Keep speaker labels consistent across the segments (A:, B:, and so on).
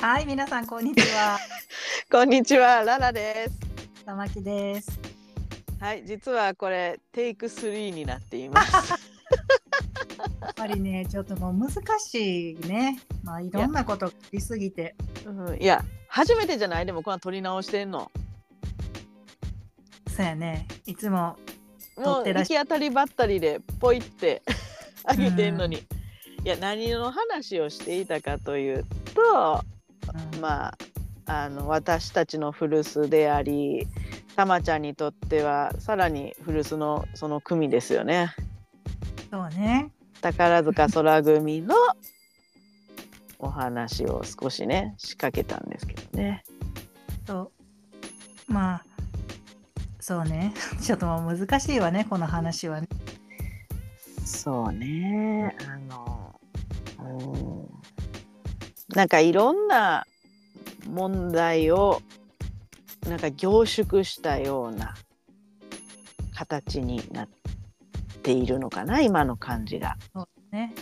A: はい、皆さんこんにちは。
B: こんにちは、ララです。
A: 玉木です。
B: はい、実はこれテイク3になっていま す。
A: やっぱりね、ちょっともう難しいね。まあいろんなこと聞きすぎて。
B: うん、いや、初めてじゃないでもこんな撮り直してんの。
A: そうやね。いつも撮
B: も
A: っ
B: う
A: てら
B: 行
A: っし
B: き当たりばったりでポイって あげてんのに。いや、何の話をしていたかというと、
A: うん
B: まああの私たちの古巣であり、たまちゃんにとってはさらに古巣のその組ですよね。
A: そうね。
B: 宝塚空組のお話を少しね仕掛けたんですけどね。
A: そう。まあそうね。 ちょっともう難しいわね。この話はね。
B: そうねあの、うん、なんかいろんな問題をなんか凝縮したような形になっているのかな今の感じが。
A: ね。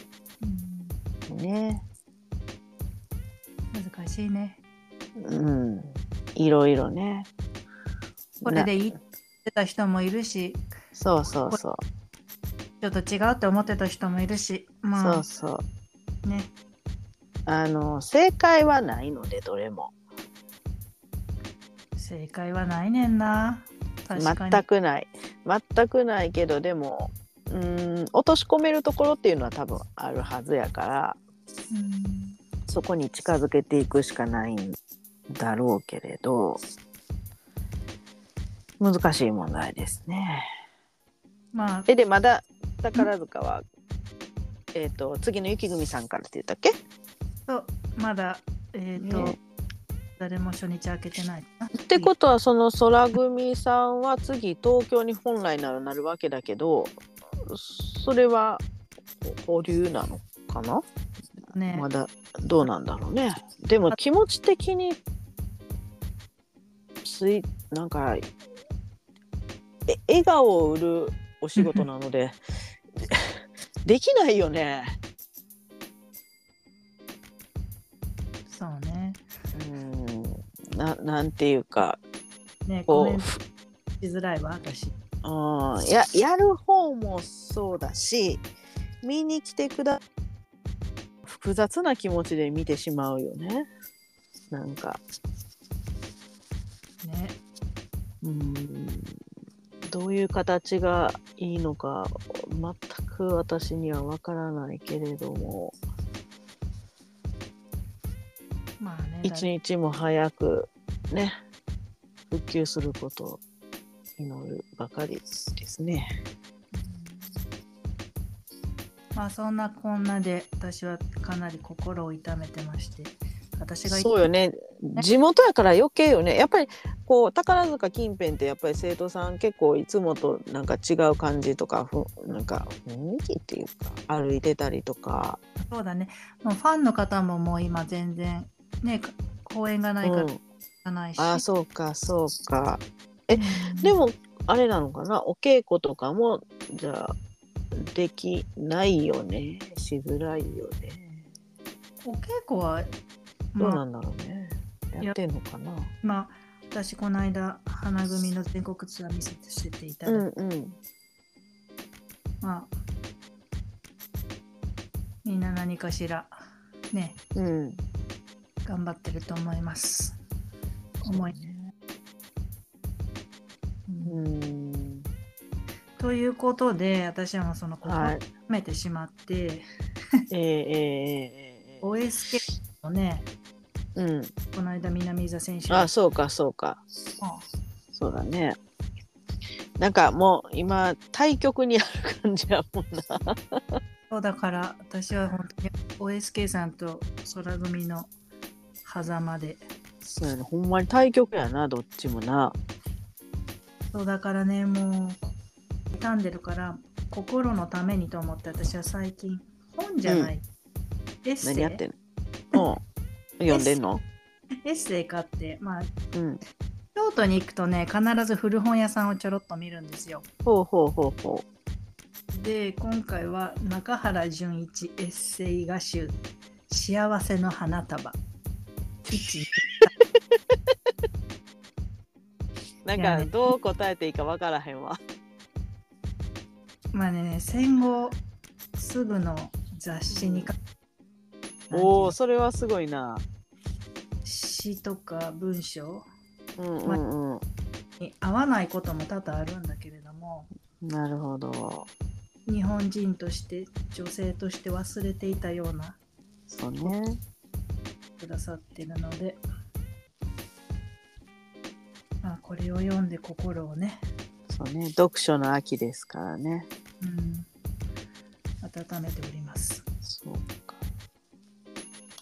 B: ね。
A: うん、難しいね。
B: うん、いろいろね。
A: これでいいって言ってた人もいるし、
B: なそうそうそう。
A: ちょっと違うって思ってた人もいるし、
B: そ
A: ま
B: うそう。
A: あね。
B: あの正解はないのでどれも
A: 正解はないねんな。確かに。
B: 全くない全くないけどでもうーん落とし込めるところっていうのは多分あるはずやから
A: うん
B: そこに近づけていくしかないんだろうけれど難しい問題ですね。
A: まあ
B: えでまだ宝塚は、えー、と次の雪組さんからって言ったっけ、
A: そうまだえっ、と、
B: ね
A: 誰も初日開けてないかな。っ
B: ってことはその空組さんは次東京に本来ならなるわけだけどそれは保留なのかな、
A: とね、
B: まだどうなんだろうねでも気持ち的についなんかえ笑顔を売るお仕事なので できないよね、
A: そうね。
B: うん、ななんていうか
A: ねコ
B: こ
A: メン
B: う
A: トしづらいわ私。
B: うんややる方もそうだし見に来てくだ複雑な気持ちで見てしまうよねなんか
A: ね
B: うんどういう形がいいのか全く私にはわからないけれども
A: まあね。
B: 一日も早くね復旧することを祈るばかりですね。
A: 誰うんまあそんなこんなで私はかなり心を痛めてまして、私が
B: そうよね地元やから余計よねやっぱりこう宝塚近辺ってやっぱり生徒さん結構いつもとなんか違う感じとかふなんか雰囲気っていうか歩いてたりとか、
A: そうだね。もうファンの方ももう今全然ねか公演がないから
B: う
A: 行
B: ん
A: かないし。
B: ああそうかそうかえ
A: うん
B: でもあれなのかなお稽古とかもじゃあできないよねしづらいよね
A: お稽古は
B: どう
A: まあ
B: なんだろうね、やってんのかな
A: まあ私この間花組の全国ツアー見せてしていただ
B: う
A: いて
B: んうん
A: まあ、みんな何かしら、ね、
B: うん
A: 頑張ってると思います。思い、うん
B: うん
A: ということで、私はもうその心を
B: はい
A: 決めてしまって、
B: えー、えーえーえー
A: OSK のね、
B: うん
A: この間南座選手
B: あ
A: が
B: そうかそうか
A: も
B: そうだねなんかもう今対局にある感じやもんな
A: うそうだから私は本当に OSK さんと空組の狭間で
B: そうやねほんまに対局やなどっちもな
A: そうだからねもう傷んでるから心のためにと思って私は最近本じゃない、エッセイ
B: 何やってんのうん読んでんの
A: エッセイ買って、まあ、
B: うん
A: 京都に行くとね、必ず古本屋さんをちょろっと見るんですよ。
B: ほうほうほうほう
A: で、今回は中原淳一エッセイ画集、幸せの花束っピッチ
B: なん
A: いや
B: か
A: ね
B: どう答えていいかわからへ んわ。
A: まあね戦後すぐの雑誌にか
B: おおそれはすごいな。
A: 詩とか文章
B: うんうんうん。
A: に合わないことも多々あるんだけれども
B: なるほど。
A: 日本人として女性として忘れていたような
B: そうね。
A: くださってるので、まあ、これを読んで心をね、
B: そうね。読書の秋ですからね。
A: うん、温めております。
B: そうか。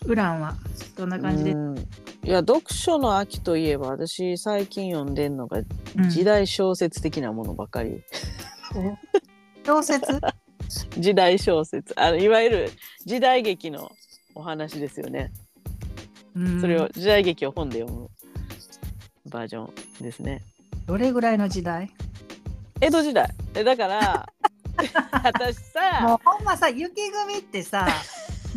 A: ウランはどんな感じで、
B: うんいや読書の秋といえば私最近読んでんのが
A: うん
B: 時代小説的なものばかり。
A: 小説
B: 時代小説あのいわゆる時代劇のお話ですよね。それ
A: う
B: を
A: ん
B: 時代劇を本で読むバージョンですね。
A: どれぐらいの時代
B: 江戸時代えだから 私
A: も
B: さ
A: うほんまさ雪組って さ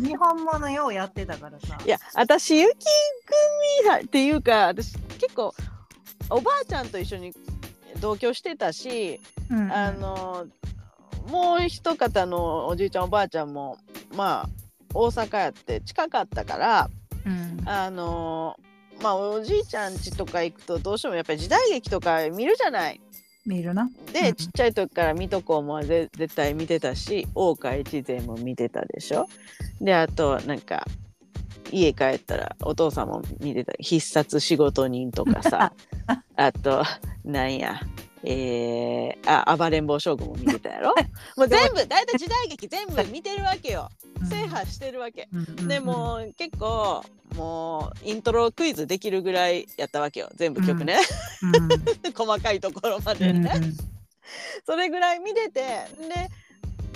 A: 日本ものようやってたからさ
B: いや私雪組だっていうか私結構おばあちゃんと一緒に同居してたし、
A: うんうん
B: あのもう一方のおじいちゃんおばあちゃんもまあ大阪やって近かったから
A: うん
B: あのまあおじいちゃん家とか行くとどうしてもやっぱり時代劇とか見るじゃない。
A: 見るな
B: で、
A: うん
B: ちっちゃい時から水戸黄門はぜ絶対見てたし大岡越前も見てたでしょであとなんか家帰ったらお父さんも見てた必殺仕事人と かさあとなんやえー、あ暴れん坊将軍も見てたや ろもう全部大体時代劇全部見てるわけよ制覇してるわけ
A: うんうんうん
B: でもう結構もうイントロクイズできるぐらいやったわけよ全部曲ね、
A: うん
B: 細かいところま
A: う
B: でね、
A: ん
B: それぐらい見ててで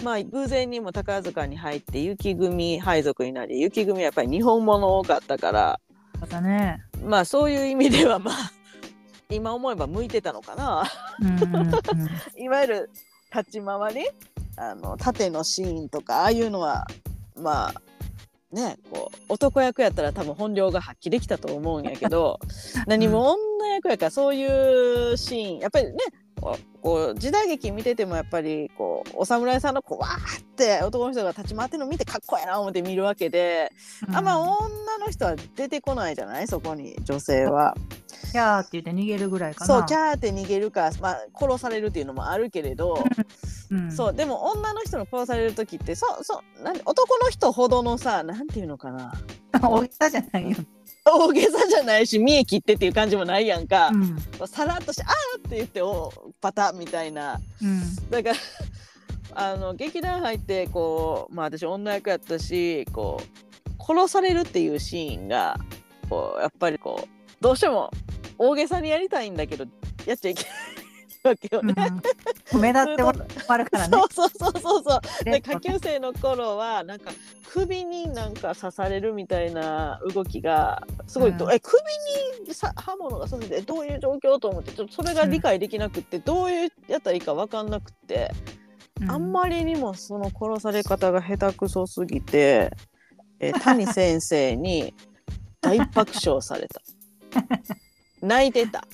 B: まあ偶然にも宝塚に入って雪組配属になり雪組はやっぱり日本物多かったから
A: またね
B: まあそういう意味ではまあ今思えば向いてたのかな
A: うんうんうん
B: いわゆる立ち回りあの縦のシーンとかああいうのはまあねこう男役やったら多分本領が発揮できたと思うんやけど 何も女役やからそういうシーンやっぱりねこうこう時代劇見ててもやっぱりこうお侍さんのこうわーって男の人が立ち回ってるの見てかっこええな思って見るわけで、あんま
A: うん
B: 女の人は出てこないじゃないそこに女性は。
A: キャーって言って逃げるぐらいかな
B: そうキャーって逃げるか、まあ、殺されるっていうのもあるけれど。
A: うん
B: そうでも女の人の殺される時ってそうそうなん男の人ほどのさなんていうのかな
A: 大げさじゃないよ。
B: 大げさじゃないし見え切ってっていう感じもないやんか、
A: ん。
B: さらっとして「あーって言っておパタみたいな
A: うん。
B: だから あの劇団入ってこうまあ私女役やったしこう殺されるっていうシーンがこうやっぱりこうどうしても大げさにやりたいんだけどやっちゃいけないわけよ
A: う
B: ね。
A: ん、目立ってもらうからね
B: そ。うそうそうそうそうで
A: ね
B: 下級生の頃はなんか首になんか刺されるみたいな動きがすごいと、
A: うん
B: え首にさ刃物が刺されてどういう状況と思ってちょっとそれが理解できなくって、どういうやったらいいか分かんなくって、
A: う
B: あんまりにもその殺され方が下手くそすぎて、え谷先生に大爆笑された泣いてた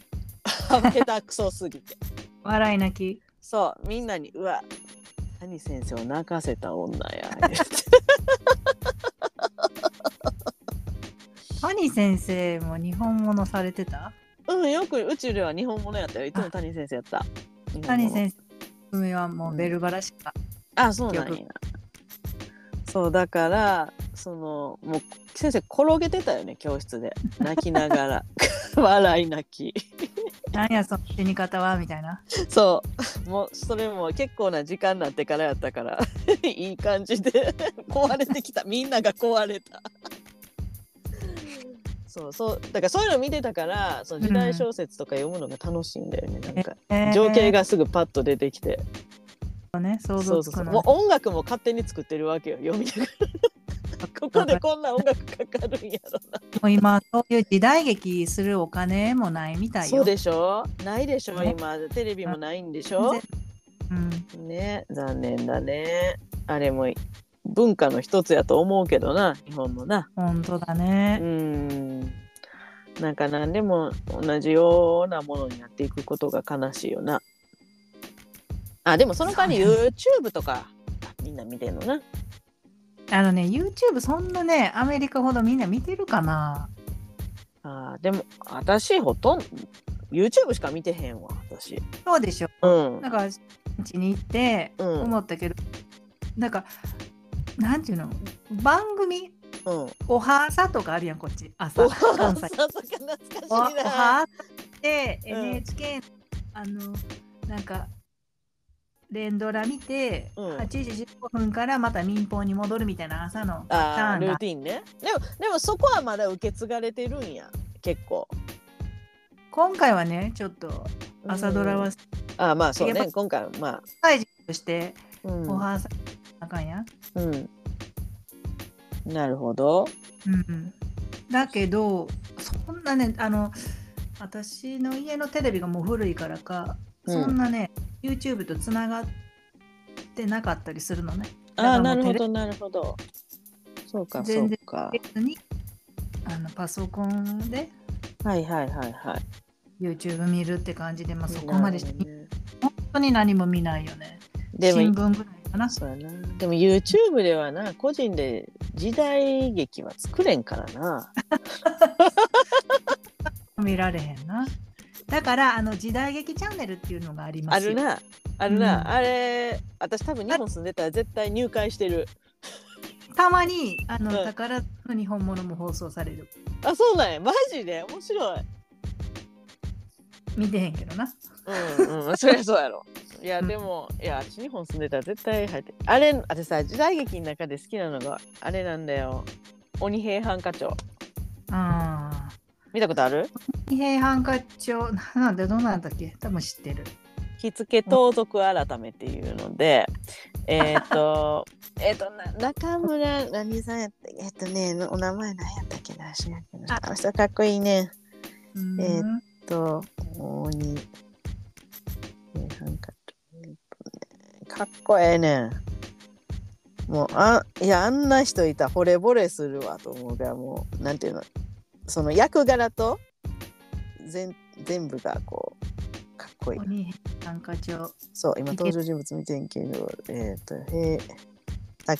B: 下手くそすぎて。
A: 笑い泣き。
B: そうみんなに「うわ谷先生を泣かせた女や」言って
A: 谷先生も日本物されてた
B: うんよく宇宙では日本物やったよいつも谷先生やった
A: 谷
B: 生
A: 先生のはもうベルバラしか。
B: あそうなんやそうだからそのもう先生転げてたよね教室で泣きながら 笑い泣き
A: なんやその死に方はみたいな。
B: そうもうそれも結構な時間になってからやったから いい感じで 壊れてきたみんなが壊れた そうそうだからそういうの見てたからその時代小説とか読むのが楽しいんだよね、なんか
A: えー
B: 情景。がすぐパッと出てきて、
A: ね、想
B: そ
A: 像
B: うそ
A: つ
B: うそ
A: く
B: う
A: の
B: もう音楽も勝手に作ってるわけよ読 みながらここでこんな音楽かかるんやろな
A: もう今、そういう時代劇するお金もないみたいよ。
B: そうでしょないでしょ
A: ね
B: 今テレビもないんでしょ
A: うん。
B: ね残念だねあれも文化の一つやと思うけどな日本のな
A: 本当だ
B: う
A: ね。
B: んなんか何でも同じようなものになっていくことが悲しいよな。あでもその代わり
A: そう
B: YouTube とかみんな見てんのな。
A: あのね YouTube そんなねアメリカほどみんな見てるかな
B: あーでも私ほとんど YouTube しか見てへんわ私。
A: そうでしょ
B: うん。
A: なんか現地に行って
B: うん
A: 思ったけど、なんかなんていうの番組
B: うん。
A: おはさとかあるやんこっち朝
B: お母
A: 関
B: さん
A: 西
B: 懐かしい
A: おお
B: な。
A: はって
B: うん
A: NHK、あのなんか連ドラ見て、
B: うん
A: 8時15分からまた民放に戻るみたいな朝のパター
B: あー
A: ン
B: ルー
A: が
B: ティンね。でもでもそこはまだ受け継がれてるんや結構。
A: 今回はねちょっと朝ドラ
B: う
A: は
B: んあーまあそう
A: やっ
B: ね今回はまあ。
A: 最時として
B: うん
A: おはさあかんやん、
B: うん。なるほど。
A: うん、だけどそんなねあの私の家のテレビがもう古いからか、
B: うん
A: そんなね YouTube とつながってなかったりするのねだか
B: ああ、
A: ら
B: な
A: も
B: る
A: う
B: ほど、なるほど。そうか、そ
A: 全
B: う
A: 然
B: か。
A: 別にあのパソコンで
B: はいはいはいはい。
A: YouTube 見るって感じで、まあ、そこまでして、
B: なるほどね
A: 本当に何も見ないよね
B: で
A: 新
B: も、
A: 聞ぐらいかな
B: そうやな。でも YouTube ではな、個人で時代劇は作れんからな。
A: 見られへんなだからあの時代劇チャンネルっていうのがありま
B: あ
A: すよ
B: るな、あるな、
A: うん
B: あれ、私多分日本住んでたら絶対入会してる。
A: たまにあの、
B: うん
A: 宝の日本物も放送される
B: あ、そうなんや、マジで面白い。
A: 見てへんけどな
B: うん うん、そりゃそうやろ。いや、
A: うん
B: でも、いや、あっち日本住んでたら絶対入って。あれ、あれさ、時代劇の中で好きなのが、あれなんだよ。鬼平犯科帳。
A: あー
B: 見たことある
A: 二平犯科帳なんでどうなんだっけ多分知ってる
B: 着付け盗賊改めっていうので、えっ、と、 えっと、な中村何さんやったっけえっ、とね、のお名前何やったっけな、知らんけど
A: あ
B: あの人かっこいいね。
A: うーん
B: ええっと、大に、えーなんか、えっとねかっこええねん。もう、あ、いや、あんな人いたら惚れ惚れするわと思うが、もう、なんていうの、その役柄と、全、全部がこう、かっこいい。
A: 鬼平犯科帳
B: そう、今
A: いけ
B: 登場人物見てんけど、えっ、と、へた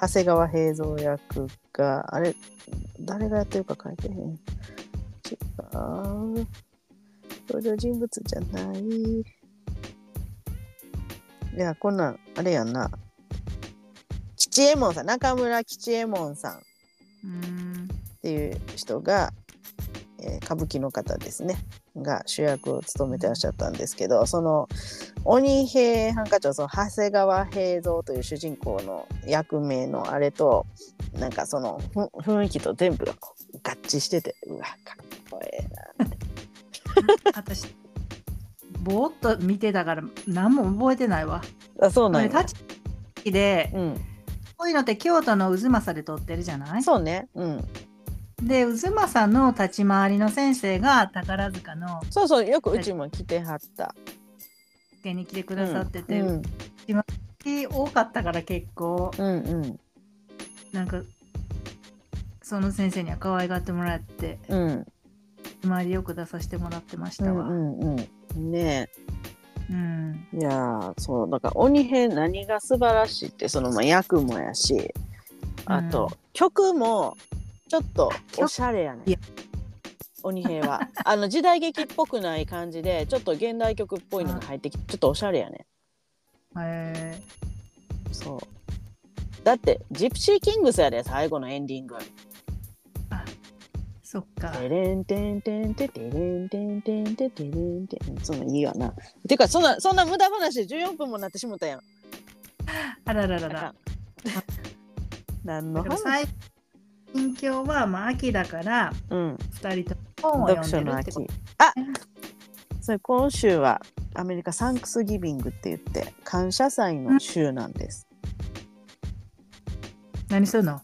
B: 長谷川平蔵役が、あれ、誰がやってるか書いてへん。違う。登場人物じゃない。いや、こんなん、あれやんな。吉右衛門さん、中村吉右衛門さんっ
A: うーん
B: ていう人が、えー歌舞伎の方ですね。が主役を務めてらっしゃったんですけどその鬼平犯科帳その長谷川平蔵という主人公の役名のあれとなんかそのふ雰囲気と全部がこう合致しててうわかっこええな
A: 私ぼーっと見てたから何も覚えてないわ。
B: あそうなん
A: タ
B: や、
A: チで
B: うん、
A: こういうのって京都の渦政で撮ってるじゃない
B: そうね、うん、
A: で渦政の立ち回りの先生が宝塚の
B: そうそうよくうちも来てはった、
A: 家に来てく
B: く
A: ださってて、
B: うんうん
A: 多かったから結構
B: うんうん
A: なんかその先生には可愛がってもらって
B: うん
A: 立ち回りよく出させてもらってまし
B: う
A: たわ。うん
B: んうんね
A: うん
B: えいやーそうだから鬼平何が素晴らしいってその、まあ、役もやしあと、曲もちょっとおしゃれやねん
A: いや
B: 鬼平 はあの時代劇っぽくない感じでちょっと現代曲っぽいのが入ってきてちょっとおしゃれやね
A: へー
B: んそうだってジプシーキングスやで最後のエンディング
A: そっか。
B: テレンテンテンテテレンテンテンテテレンテンそんなんいいわなてかそんなそんな無駄話で14分もなってしもたやん
A: あららら
B: あからん。何の
A: でも
B: 話
A: 最近況はまあ秋だから
B: うん
A: 2人とも本を
B: 読
A: 読
B: 書
A: んで
B: の
A: るって
B: 秋
A: こと。
B: あそれ今週はアメリカサンクスギビングって言って感謝祭の週なんです、
A: 何するの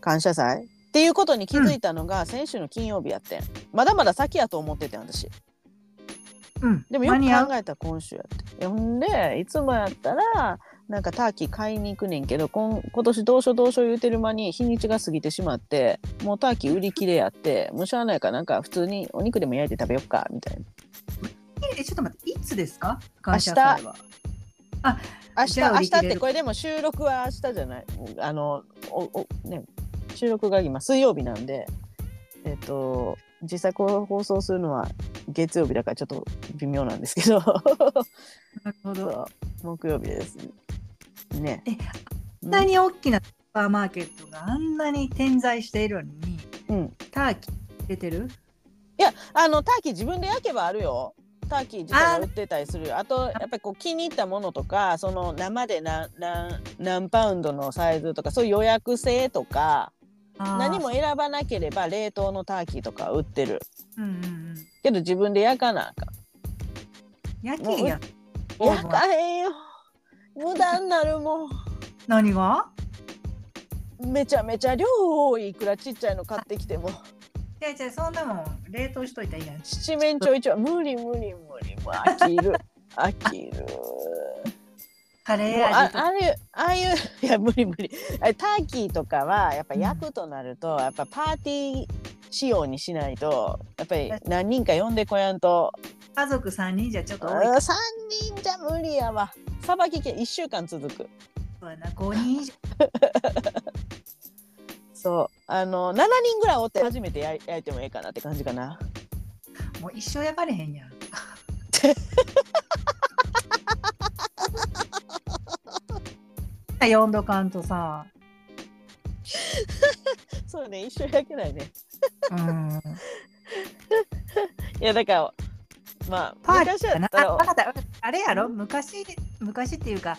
B: 感謝祭っていうことに気づいたのが先週の金曜日やってんまだまだ先やと思っててん私
A: うん。
B: でもよく
A: 間に合う
B: 考えたら今週やっていやほんでいつもやったらなんかターキー買いに行くねんけど今今年どうしようどうしよう言うてる間に日にちが過ぎてしまってもうターキー売り切れやってもうしゃあないからなんか普通にお肉でも焼いて食べよっかみたいな
A: えちょっと待っていつですか感謝祭は
B: 明日
A: じゃあ
B: 明
A: 売
B: 日
A: り
B: っ
A: 切れる
B: てこれでも収録は明日じゃないあのおおね収録が今水曜日なんでえっと実際こう放送するのは月曜日だからちょっと微妙なんですけど
A: なるほ
B: そ
A: ど
B: う木曜日ですね
A: えあんなに大きなスーパーマーケットがあんなに点在しているのに
B: うん
A: ターキー出てる
B: いやあのターキー自分で焼けばあるよターキー自体は売ってたりするあとやっぱりこう気に入ったものとかその生で何何何パウンドのサイズとかそういう予約制とか
A: あー
B: 何も選ばなければ冷凍のターキーとか売ってる
A: うんうんうん
B: けど自分で焼かなあかん
A: 焼きやオー
B: 焼
A: ブン
B: かへんよ無駄になるも
A: 何が
B: んめちゃめちゃ量多いいくらちっちゃいの買ってきても
A: いやいやそんなもん冷凍しといたらいいやん
B: 七面鳥一丁無理無理無理もう飽き る飽きる
A: カレ
B: も
A: ー
B: うあ
A: 味とか
B: あれああいういや無理無理あれターキーとかはやっぱ焼くとなると、やっぱパーティー仕様にしないとやっぱり何人か呼んでこやんと
A: 家族3人じゃちょっと多いか
B: 3人じゃ無理やわさばき系1週間続く
A: らな5人以上
B: そうあの7人ぐらいおって初めてや焼いてもいいかなって感じかな
A: もう一生焼かれへ んやん4度間とさ、
B: そうね一生焼けないね
A: うん、
B: いやだからま
A: パ
B: あ
A: ーティー
B: 昔
A: か
B: やっ
A: な
B: た
A: あ
B: ら
A: わかったわかったあれやろ昔昔っていうか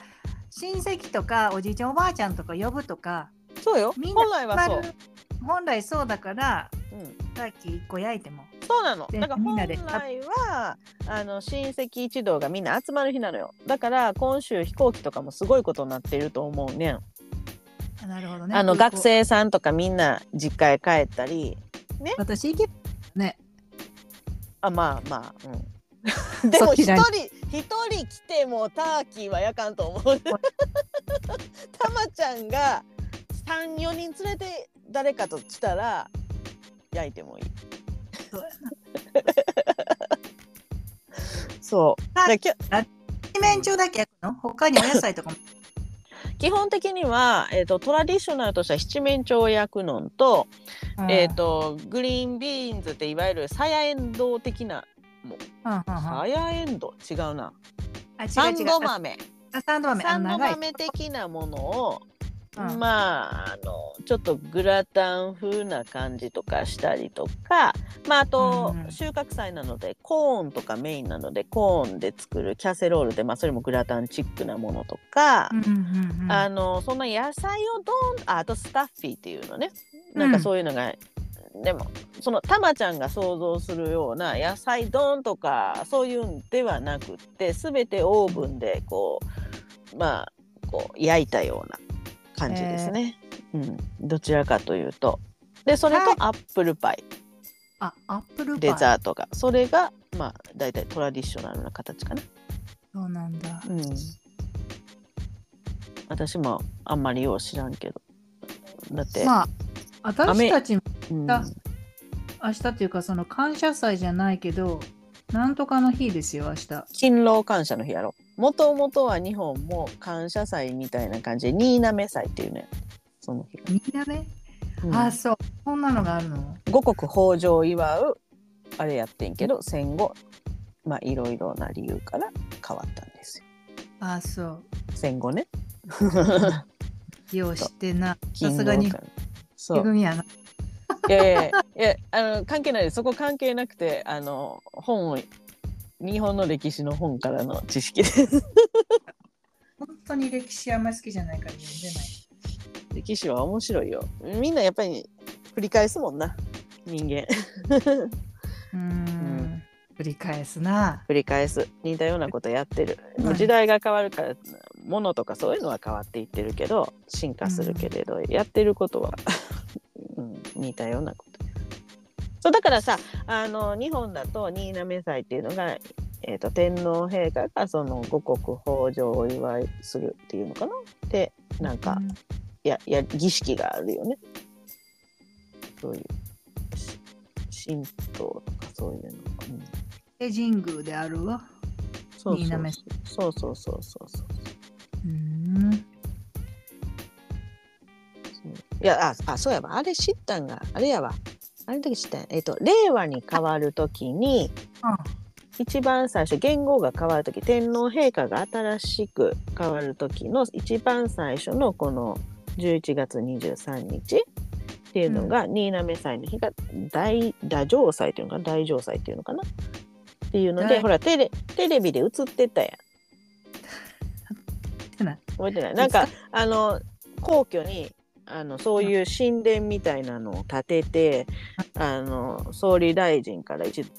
A: 親戚とかおじいちゃんおばあちゃんとか呼ぶとか
B: そうよ
A: みんな
B: 本来はそう
A: ま、あ本来そうだから
B: うん、
A: ターキー1個焼いても
B: そうなの
A: で
B: だから
A: み
B: 本
A: んなで
B: 来はあの親戚一同がみんな集まる日なのよだから今週飛行機とかもすごいことになっていると思うねん
A: あなるほどね
B: あの
A: 空
B: 学
A: 港
B: 生さんとかみんな実家へ帰ったり
A: 私行けね
B: あまあまあうんでも
A: そ
B: 一
A: ち
B: 人
A: らに
B: 一人来てもターキーはやかんと思う たまちゃんが34人連れて誰かと来たら焼いてもいい
A: そうや
B: そう
A: ターキー
B: できょ
A: 七面鳥だけ焼くの他にお野菜とかも
B: 基本的には、えー、とトラディショナルとしては七面鳥を焼くのと,、えー、とグリーンビーンズっていわゆるさやえんどう的な
A: うんうんうんうん
B: さやえんどう違うな
A: あ違
B: サ
A: う
B: ン
A: 違う
B: ド豆
A: あサンド豆
B: サ
A: あ
B: ンド
A: 長い
B: 豆的なものを、
A: うん
B: まああのちょっとグラタン風な感じとかしたりとか、まあ、あと、
A: うんうん
B: 収穫祭なのでコーンとかメインなのでコーンで作るキャセロールで、まあ、それもグラタンチックなものとか。
A: うんうんうんうん
B: あのそんな野菜をどんああとスタッフィーっていうのねなんかそういうのが、でもそのたまちゃんが想像するような野菜どんとかそういうんではなくって全てオーブンでこうまあこう焼いたような感じですね、うん、どちらかというとでそれと
A: はい
B: アップルパイ
A: あアップルパイ
B: デザートがそれがまあ大体トラディショナルな形かな。
A: そうなんだ
B: うん、私もあんまりよう知らんけどだって、
A: まあ私たちも
B: うん
A: あ明日っていうかその感謝祭じゃないけどなんとかの日ですよ明日
B: 勤労感謝の日やろもともとは日本も感謝祭みたいな感じで新滑祭っていうねその日が、
A: みんなね
B: うん
A: あそうこんなのがあるの
B: 五穀豊穣を祝うあれやってんけど戦後まあいろいろな理由から変わったんですよ
A: あそう
B: 戦後ね
A: よう知ってなさ
B: 勤
A: す
B: 労
A: が
B: 感
A: に
B: そう
A: 恵みやない
B: やいやいやいやあの関係ないですそこ関係なくてあの本を日本の歴史の本からの知識です
A: 本当に歴史あんま好きじゃないから読んでない
B: 歴史は面白いよみんなやっぱり繰り返すもんな人間
A: うー
B: うん
A: 繰り返すな
B: 繰り返す似たようなことやってる
A: はい
B: 時代が変わるから物とかそういうのは変わっていってるけど進化するけれど、やってることは、 うん、似たようなことそうだからさあの日本だと新滑祭っていうのがえー、と天皇陛下がその五穀豊穣をお祝いするっていうのかなでなんか、
A: うん
B: やや儀式があるよねそういうし神道とかそういうの、うん、
A: で神宮であるわ。
B: そう
A: いいなメッセ
B: そうそうそうそうそう
A: うん。
B: そういやああそうやわあれ知ったんがあれやわあの時知ったんやえっ、と令和に変わる時に一番最初元号が変わる時天皇陛下が新しく変わる時の一番最初のこの11月23日っていうのが、新滑祭の日が大大城祭っていうのかな大城祭っていうのかなっていうので、
A: 大
B: ほらテレテレビで映ってたやん
A: てない。
B: 覚えてないなんかあの皇居にあのそういう神殿みたいなのを建ててあの総理大臣から一度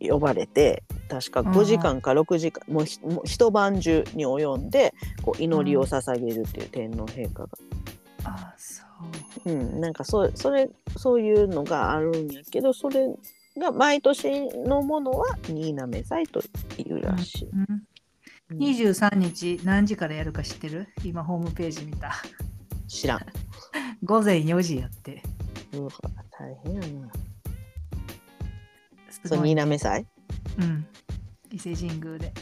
B: 呼ばれて確か
A: うん
B: 5時間か6時間、もうひもう一晩中に及んでこう祈りを捧げるっていう天皇陛下が、
A: あ、そう。
B: うん、なんかそうそれそういうのがあるんやけどそれが毎年のものは新滑祭というらしい。
A: うん
B: うん
A: 23日何時からやるか知ってる今ホームページ見た。
B: 知らん。
A: 午前4時やって。
B: うわ大変やな。
A: す
B: そう
A: ごい
B: 新滑祭
A: うん。伊勢神宮で。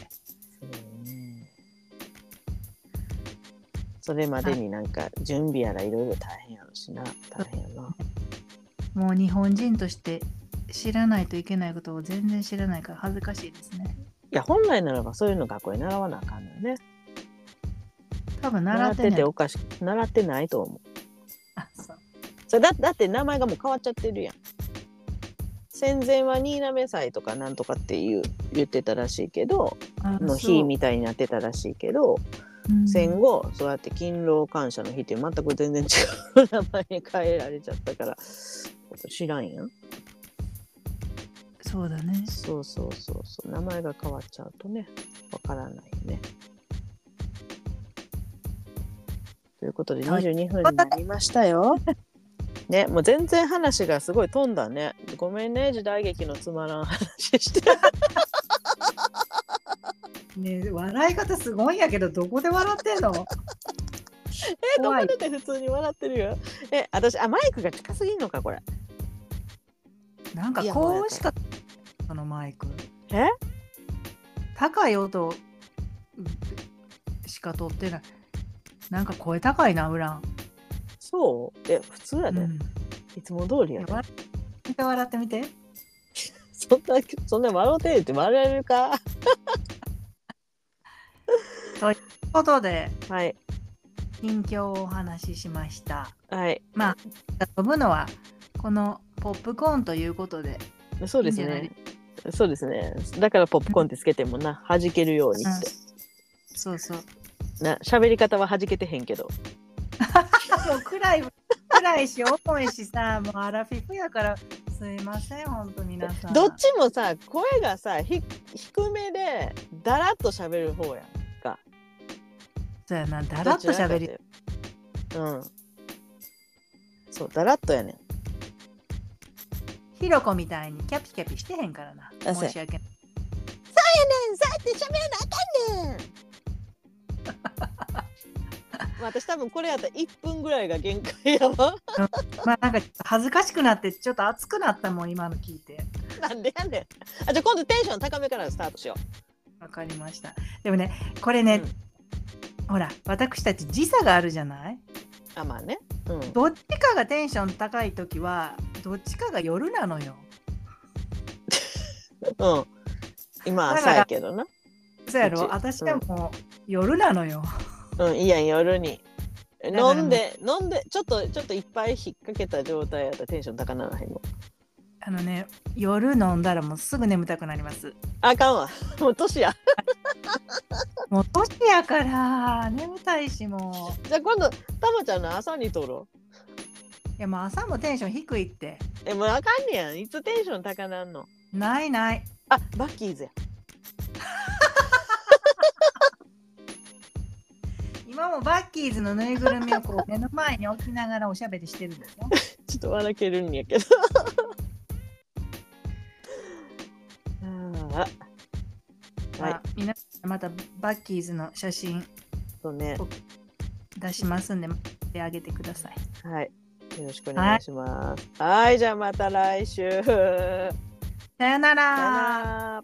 B: それまでになんか準備やらいろいろ大変やろしな大変やな
A: もう日本人として知らないといけないことを全然知らないから恥ずかしいですね。
B: いや本来ならばそういうの学校に習わなあかんのよね
A: 多分習
B: 習っ
A: って
B: て
A: ない
B: ておかしく習ってないと思う
A: あそう
B: それだだって名前がもう変わっちゃってるやん戦前は新滑祭とかなんとかっていう言ってたらしいけど
A: あ
B: の
A: そ
B: 日
A: う
B: みたいになってたらしいけど
A: うん
B: 戦後そうやって勤労感謝の日っていう全く全然違う名前に変えられちゃったから知らんやん
A: そうだね。
B: そうそうそうそう名前が変わっちゃうとねわからないよね。ということで
A: はい
B: 22分になりましたよ。ねもう全然話がすごい飛んだね。ごめんね時代劇のつまらん話して。
A: ね笑い方すごいんやけど、どこで笑って んの
B: えど
A: 怖
B: こ
A: い
B: でて普通に笑ってるよ。え私あマイクが近すぎんのかこれ。
A: なんか
B: いや
A: こうしか、このマイク。
B: え
A: 高い音しか取ってない。なんか声高いな、ウラン。
B: そうえ普通やで、
A: うん
B: いつも通りや
A: いや
B: で。
A: 笑って笑ってみて。
B: そんなそんな笑うてるって笑えるか。
A: ということで、
B: はい
A: 近況をお話ししました。
B: はい
A: まあ、飛ぶのは、このポップコーンということで、
B: そうです
A: いいんじゃな
B: ね
A: い。
B: そうですね。だからポップコーンってつけてもな、弾けるようにって。
A: そうそう。
B: な、喋り方は弾けてへんけど。
A: もう暗い、暗いし、重いしさ、もうアラフィフやから、すいません、本当皆さん。
B: どっちもさ、声がさ、ひ低めで、だらっと喋る方やんか。
A: そうやな、だらっと喋り。
B: どちらかという。うん。そう、だらっとやねん。
A: ひろこみたいにキャピキャピしてへんからな。
B: あ
A: 申
B: そうや
A: し訳ない。
B: さって喋らなあかんねん まあ私多分これやったら1分ぐらいが限界やわ。
A: まあなんかちょっと恥ずかしくなって、ちょっと熱くなったもん、今の聞いて。
B: なんでやねん。あ、じゃあ今度テンション高めからスタートしよ
A: わかりました。でもね、これ
B: う。
A: ね
B: うん、
A: ほら、私たち時差があるじゃない
B: あ、まあね。うん。
A: どっちかがテンション高い時は、どっちかが夜なのよ。
B: うん。今
A: だか
B: 朝
A: ら
B: やけどな。
A: そうやろ
B: うち
A: 私はもう夜なのよ。
B: うん、いいやん、夜に。
A: からも
B: 飲
A: うん
B: で、飲んで、ちょっと、ちょっといっぱい引っ掛けた状態やったらテンション高ならへんの。
A: あのね、夜飲んだらもうすぐ眠たくなります。
B: ああかんわ。 もう年や。
A: もう年やから眠たいしも
B: じゃあ今度、たまちゃんの朝に撮ろう。
A: ういやもう朝もテンション低いって
B: え、もうあかんねやん。いつテンション高なんの
A: ないない
B: あ、バッキーズや。
A: 今もバッキーズのぬいぐるみをこう目の前に置きながらおしゃべりしてるんですよ
B: ちょ っと笑けるんやけど。あー
A: 皆さんまたバッキーズの写真
B: そうね。
A: 出しますんで、待ってあげてください。
B: はい。よろしくお願いします。はい、じゃあまた来週。さよ
A: さよなら
B: なら